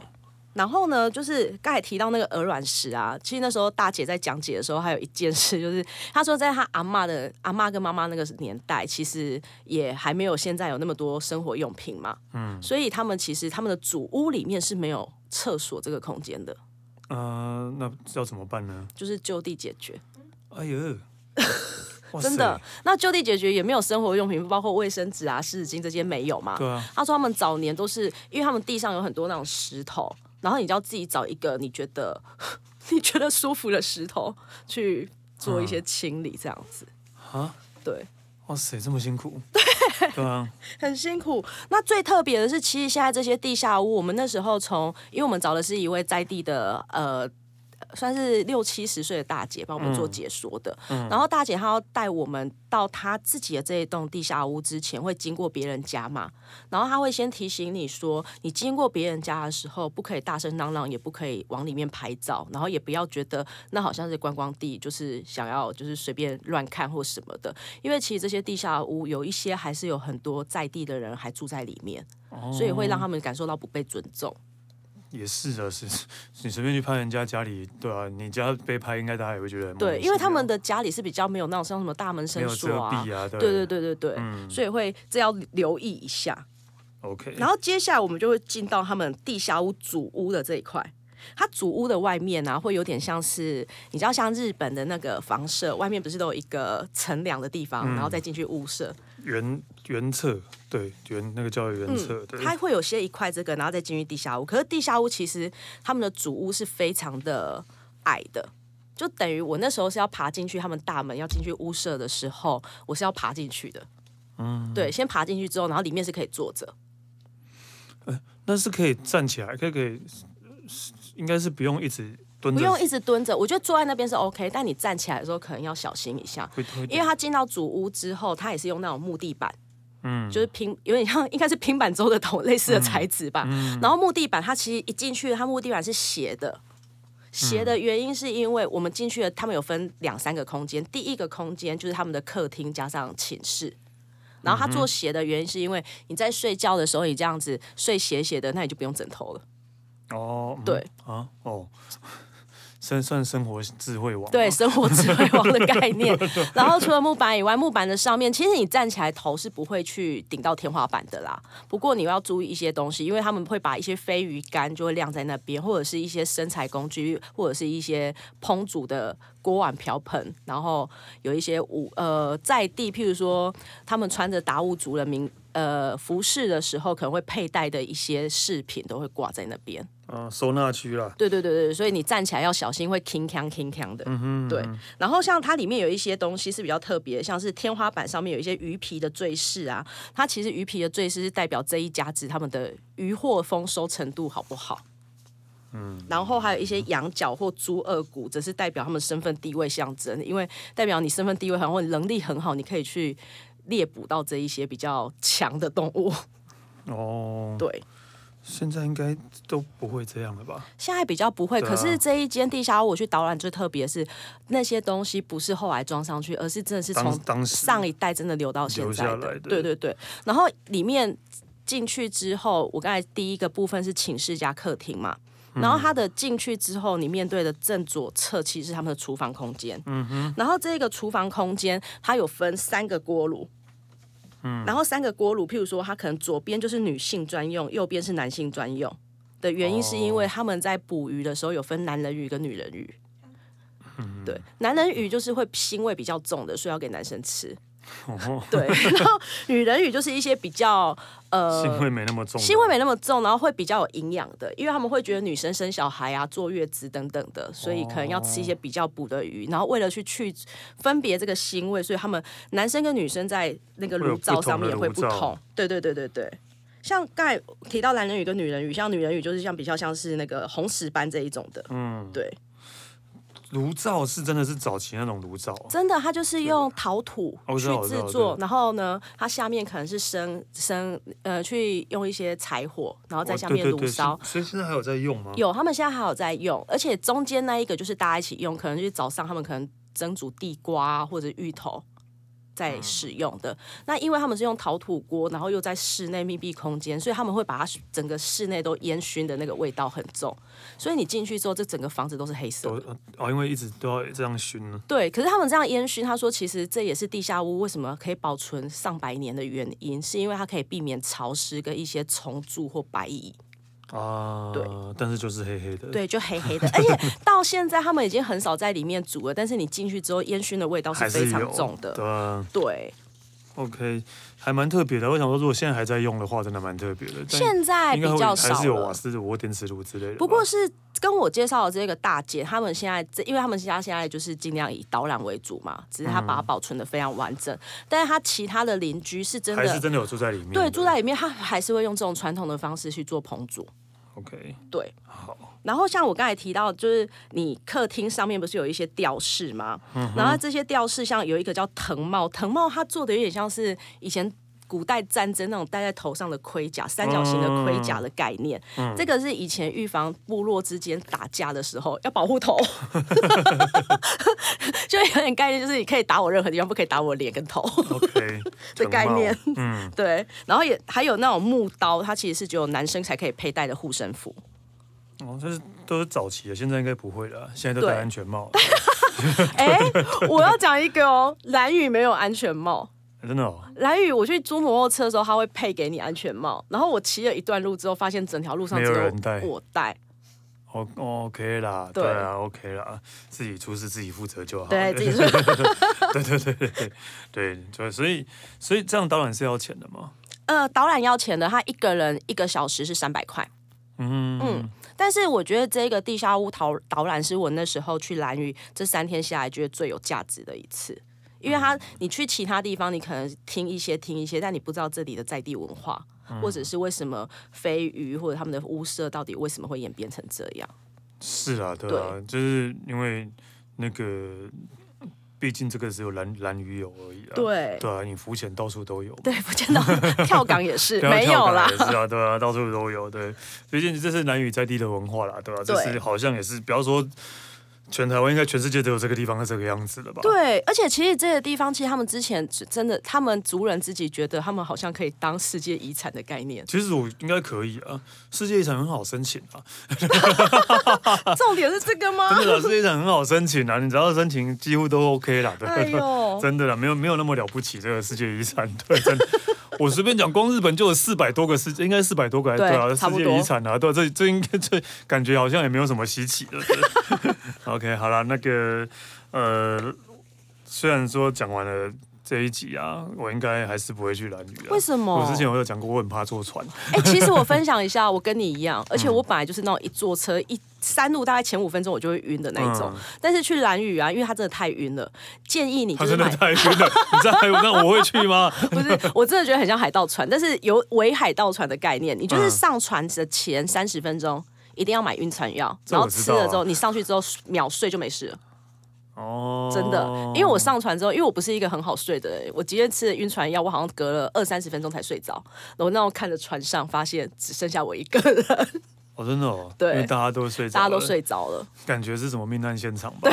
S2: 然后呢，就是刚才提到那个鹅卵石啊，其实那时候大姐在讲解的时候，还有一件事，就是她说在她阿嬷的阿嬷跟妈妈那个年代，其实也还没有现在有那么多生活用品嘛，嗯，所以他们其实他们的主屋里面是没有厕所这个空间的，
S1: 呃，那要怎么办呢？
S2: 就是就地解决。
S1: 哎 呦， 哇塞
S2: 真的，，那就地解决也没有生活用品，包括卫生纸啊、湿纸巾这些没有嘛？
S1: 对啊，
S2: 他说他们早年都是因为他们地上有很多那种石头，然后你就要自己找一个你觉得 你觉得舒服的石头去做一些清理，这样子。
S1: 啊，
S2: 对，
S1: 哇塞，这么辛苦，对啊，
S2: 很辛苦。那最特别的是，其实现在这些地下屋，我们那时候从，因为我们找的是一位在地的呃。算是六七十岁的大姐帮我们做解说的，然后大姐她要带我们到她自己的这一栋地下屋之前，会经过别人家嘛，然后她会先提醒你说，你经过别人家的时候，不可以大声嚷嚷，也不可以往里面拍照，然后也不要觉得那好像是观光地，就是想要就是随便乱看或什么的，因为其实这些地下屋有一些还是有很多在地的人还住在里面，所以会
S1: 哦
S2: 让他们感受到不被尊重。
S1: 也是的，是你随便去拍人家家里，对啊，你家被拍，应该大家也会觉得很莫
S2: 对，
S1: 名
S2: 因为
S1: 其
S2: 他们
S1: 妙
S2: 的家里是比较没有那种像什么大门
S1: 没
S2: 深
S1: 有遮
S2: 锁啊。
S1: 蔽啊，对嗯
S2: 对对对对对，所以会这要留意一下。
S1: ，OK，
S2: 然后接下来我们就会进到他们地下屋主屋的这一块，它主屋的外面啊，会有点像是你知道像日本的那个房舍，外面不是都有一个乘凉的地方，
S1: 嗯
S2: 然后再进去屋舍，
S1: 原原册，对原那个叫
S2: 嗯
S1: 原册，对，
S2: 它会有些一块这个，然后再进去地下屋。可是地下屋其实他们的主屋是非常的矮的，就等于我那时候是要爬进去他们大门要进去屋舍的时候，我是要爬进去的。嗯，对，先爬进去之后，然后里面是可以坐着，
S1: 那是可以站起来，可以可以，应该是不用一直蹲
S2: 不
S1: 着，
S2: 用一直蹲着。我觉得坐在那边是 OK，但你站起来的时候可能要小心一下。
S1: 会会
S2: 因为他进到主屋之后，他也是用那种木地板，嗯，就是平有点像应该是平板舟的同类似的材质吧。然后木地板，它其实一进去，它木地板是斜的。斜的原因是因为我们进去了，他们有分两三个空间，第一个空间就是他们的客厅加上寝室。然后它做斜的原因是因为你在睡觉的时候，你这样子睡斜斜的，那你就不用枕头了。
S1: 哦，嗯
S2: 对
S1: 啊，哦， 算算生活智慧网，
S2: 对，，生活智慧王的概念。然后除了木板以外，木板的上面其实你站起来头是不会去顶到天花板的啦。不过你要注意一些东西，因为他们会把一些飞鱼干就会晾在那边，或者是一些生材工具，或者是一些烹煮的锅碗瓢盆，然后有一些舞呃在地，譬如说他们穿着达悟族的民呃服饰的时候，可能会佩戴的一些饰品都会挂在那边。
S1: 啊，收纳区啦，
S2: 对对对对，所以你站起来要小心，会 king kang king kang 的。对。然后像它里面有一些东西是比较特别，像是天花板上面有一些鱼皮的坠饰啊，它其实鱼皮的坠饰是代表这一家子他们的鱼货丰收程度好不好。嗯，然后还有一些羊角或猪耳骨，则是代表他们身份地位象征，因为代表你身份地位很好，你能力很好，你可以去猎捕到这一些比较强的动物。
S1: 哦，
S2: 对，
S1: 现在应该都不会这样了吧？
S2: 现在比较不会，
S1: 对啊
S2: 可是这一间地下屋我去导览最特别是那些东西不是后来装上去，而是真的是
S1: 当
S2: 从
S1: 当时
S2: 上一代真的留到现在
S1: 留下来
S2: 的。
S1: 的
S2: 对对对，然后里面进去之后，我刚才第一个部分是寝室加客厅嘛。
S1: 嗯
S2: 然后它的进去之后，你面对的正左侧其实是他们的厨房空间。嗯哼。然后这个厨房空间它有分三个锅炉。嗯。然后三个锅炉，譬如说，它可能左边就是女性专用，右边是男性专用。的原因是因为他们在捕鱼的时候有分男人鱼跟女人鱼。对，男人鱼就是会腥味比较重的，所以要给男生吃。
S1: 哦，
S2: 对，然后女人鱼就是一些比较呃
S1: 腥味没那么重，
S2: 腥味没那么重，然后会比较有营养的，因为他们会觉得女生生小孩啊、坐月子等等的，所以可能要吃一
S1: 哦
S2: 些比较补的鱼。然后为了去去分别这个腥味，所以他们男生跟女生在那个
S1: 会有
S2: 炉灶
S1: 不同
S2: 上
S1: 的
S2: 面会
S1: 炉
S2: 不
S1: 灶
S2: 同。对对对对对。像刚才提到男人鱼跟女人鱼，像女人鱼就是像比较像是那个红石斑这一种的，嗯，对，
S1: 炉灶是真的是早期那种炉灶，
S2: 真的，它就是用陶土
S1: 哦我知
S2: 去
S1: 道我知
S2: 制
S1: 道我知
S2: 作
S1: 道，
S2: 然后呢，它下面可能是生生呃，去用一些柴火，然后在
S1: 哦
S2: 下
S1: 对
S2: 面
S1: 对
S2: 炉
S1: 对
S2: 烧。
S1: 所以现在还有在用吗？
S2: 有，他们现在还有在用，而且中间那一个就是大家一起用，可能就是早上他们可能蒸煮地瓜啊、或者芋头在使用的。那因为他们是用陶土锅，然后又在室内密闭空间，所以他们会把它整个室内都烟熏的那个味道很重，所以你进去之后，这整个房子都是黑色的
S1: 都。哦，因为一直都要这样熏呢。
S2: 对，可是他们这样烟熏，他说其实这也是地下屋为什么可以保存上百年的原因，是因为它可以避免潮湿跟一些虫蛀或白蚁。
S1: 啊，
S2: 对，
S1: 但是就是黑 黑的，，
S2: 对，就黑黑的，而且到现在他们已经很少在里面煮了，但是你进去之后，烟熏的味道是
S1: 还
S2: 非
S1: 是
S2: 常
S1: 有
S2: 重的。
S1: 对啊
S2: 对，
S1: ，OK，还蛮特别的。我想说，如果现在还在用的话，真的蛮特别的。但
S2: 现在
S1: 应
S2: 比
S1: 该会
S2: 较
S1: 还
S2: 少
S1: 是有瓦
S2: 了。
S1: 斯炉或电磁炉之类的吧。
S2: 不过是跟我介绍的这个大姐，他们现在这，因为他们家现在就是尽量以导览为主嘛，只是她
S1: 嗯
S2: 把它保存的非常完整。但是她其他的邻居是真
S1: 还是
S2: 的
S1: 真的有住在里面的。
S2: 对，住在里面，他还是会用这种传统的方式去做烹煮。
S1: OK，
S2: 对，然后像我刚才提到，就是你客厅上面不是有一些吊饰吗？然后这些吊饰像有一个叫藤帽，藤帽它做的有点像是以前。古代战争那种戴在头上的盔甲，三角形的盔甲的概念，这个是以前预防部落之间打架的时候要保护头， 就有点概念，就是你可以打我任何地方，不可以打我脸跟头。
S1: OK
S2: 的概念
S1: 藤帽嗯，
S2: 对，然后也还有那种木刀，它其实是只有男生才可以佩戴的护身符。
S1: 哦，这是都是早期的，现在应该不会了，现在都
S2: 对
S1: 戴安全 帽了，
S2: 哎，我要讲一个哦，蓝雨没有安全帽。
S1: 真的哦，
S2: 蓝雨，我去租摩托车的时候，他会配给你安全帽。然后我骑了一段路之后，发现整条路上
S1: 没
S2: 只
S1: 有人戴
S2: 我戴。
S1: 哦哦 OK 啦，
S2: 对
S1: 对啊 OK 啦，自己出事自己负责就好。
S2: 对自己说，
S1: 对对，所以所以这样当然是要钱的嘛。
S2: 呃，导览要钱的，他一个人一个小时是三百块。
S1: 嗯
S2: 嗯，但是我觉得这个地下屋导导览是我那时候去蓝屿这三天下来觉得最有价值的一次，因为
S1: 嗯
S2: 他你去其他地方你可能听一些听一些，但你不知道这里的在地文化，
S1: 嗯
S2: 或者是为什么飞鱼或者他们的屋舍到底为什么会演变成这样。
S1: 是啦，对啊，就是因为那个，毕竟这个只有蓝蓝鱼有而已啊。
S2: 对
S1: 对啊，你浮潜到处都有嘛。
S2: 对，不见到跳港也 是
S1: 对啊
S2: 没有啦
S1: 跳。港也是啊，对啊，到处都有。对，毕竟这是蓝屿在地的文化啦，对吧、啊？这
S2: 对
S1: 是好像也是，不要说全台湾，应该全世界都有这个地方是这个样子的吧？
S2: 对，而且其实这个地方，其实他们之前真的，他们族人自己觉得他们好像可以当世界遗产的概念。
S1: 其实我应该可以啊，世界遗产很好申请啊，
S2: 重点是这个吗？
S1: 真的啦，世界遗产很好申请啊，你只要申请几乎都 OK 啦，对、
S2: 哎呦，
S1: 真的啦，没有没有那么了不起，这个世界遗产，对，真的。我随便讲，光日本就有四百多个世，应该四百多个还，
S2: 对
S1: 啊，
S2: 差
S1: 世
S2: 不多
S1: 界遗产啊，对啊，这这应该这感觉好像也没有什么稀奇的。 对 OK，好了，那个呃，虽然说讲完了这一集啊，我应该还是不会去蓝屿啊。
S2: 为什么
S1: 我之前我有讲过，我很怕坐船。
S2: 哎、其实我分享一下，我跟你一样，而且我本来就是那种一坐车一山路大概前五分钟我就会晕的那一种，
S1: 嗯
S2: 但是去蓝屿啊，因为它真的太晕了，建议你就
S1: 他
S2: 是
S1: 啊真的
S2: 买。
S1: 太晕了，你知道那我会去 吗？
S2: 不是，我真的觉得很像海盗船，但是有伪海盗船的概念。你
S1: 嗯
S2: 就是上船的前三十分钟一定要买晕船药，
S1: 这
S2: 然后
S1: 我知
S2: 吃
S1: 道啊
S2: 了之后，你上去之后秒睡就没事了，
S1: 哦，
S2: 真的。因为我上船之后，因为我不是一个很好睡的人，我今天吃了晕船药，我好像隔了二三十分钟才睡着。然后那我看着船上，发现只剩下我一个人，
S1: 哦，真的哦，
S2: 对
S1: 因为大家都睡着，
S2: 大家都，睡着了。
S1: 感觉是什么命案现场吧？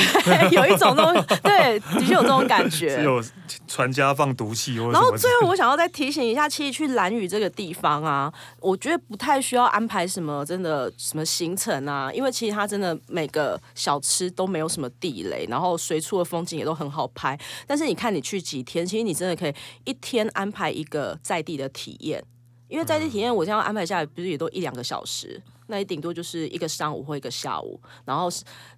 S2: 有一种那种对，的确有这种 感
S1: 只
S2: 觉。
S1: 有船家放毒气或者什
S2: 然后
S1: 么之
S2: 最后，我想要再提醒一下，其实去蓝屿这个地方啊，我觉得不太需要安排什么真的什么行程啊，因为其实它真的每个小吃都没有什么地雷，然后随处的风景也都很好拍。但是你看你去几天，其实你真的可以一天安排一个在地的体验，因为在地体验我这样安排下来，不是也都一两个小时，那也顶多就是一个上午或一个下午，然后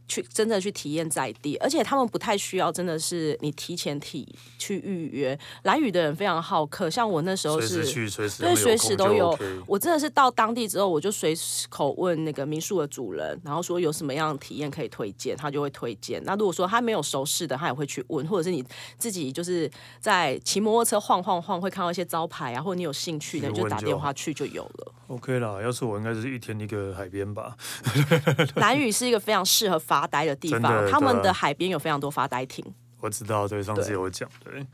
S2: 去真正去体验在地，而且他们不太需要，真的是你提前体去预约。蓝屿的人非常好客，像我那时候
S1: 随时
S2: 是。
S1: 去，随时
S2: 对，
S1: 会
S2: 随时都有
S1: 空就 OK。
S2: 我真的是到当地之后，我就随口问那个民宿的主人，然后说有什么样的体验可以推荐，他就会推荐。那如果说他没有熟识的，他也会去问，或者是你自己就是在骑摩托车晃晃晃，会看到一些招牌啊，或者你有兴趣的，
S1: 去
S2: 你就
S1: 问
S2: 打
S1: 就
S2: 电
S1: 好
S2: 话去就有了。
S1: OK 啦，要是我应该是一天一个海边吧。
S2: 蓝屿是一个非常适合发呆的地
S1: 真
S2: 方，
S1: 的
S2: 他们
S1: 对
S2: 的
S1: 啊
S2: 海边有非常多发呆亭。
S1: 我知道，对，上次
S2: 对
S1: 有讲，对。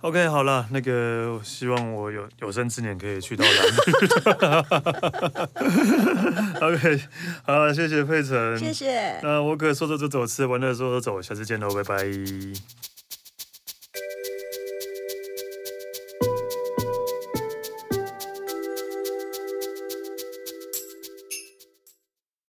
S1: OK，好了，那个希望我有有生之年可以去到蓝 屿。OK，好，谢谢佩晨，
S2: 谢。
S1: 那我可说走就走，吃完了说走走，下次见喽，拜拜。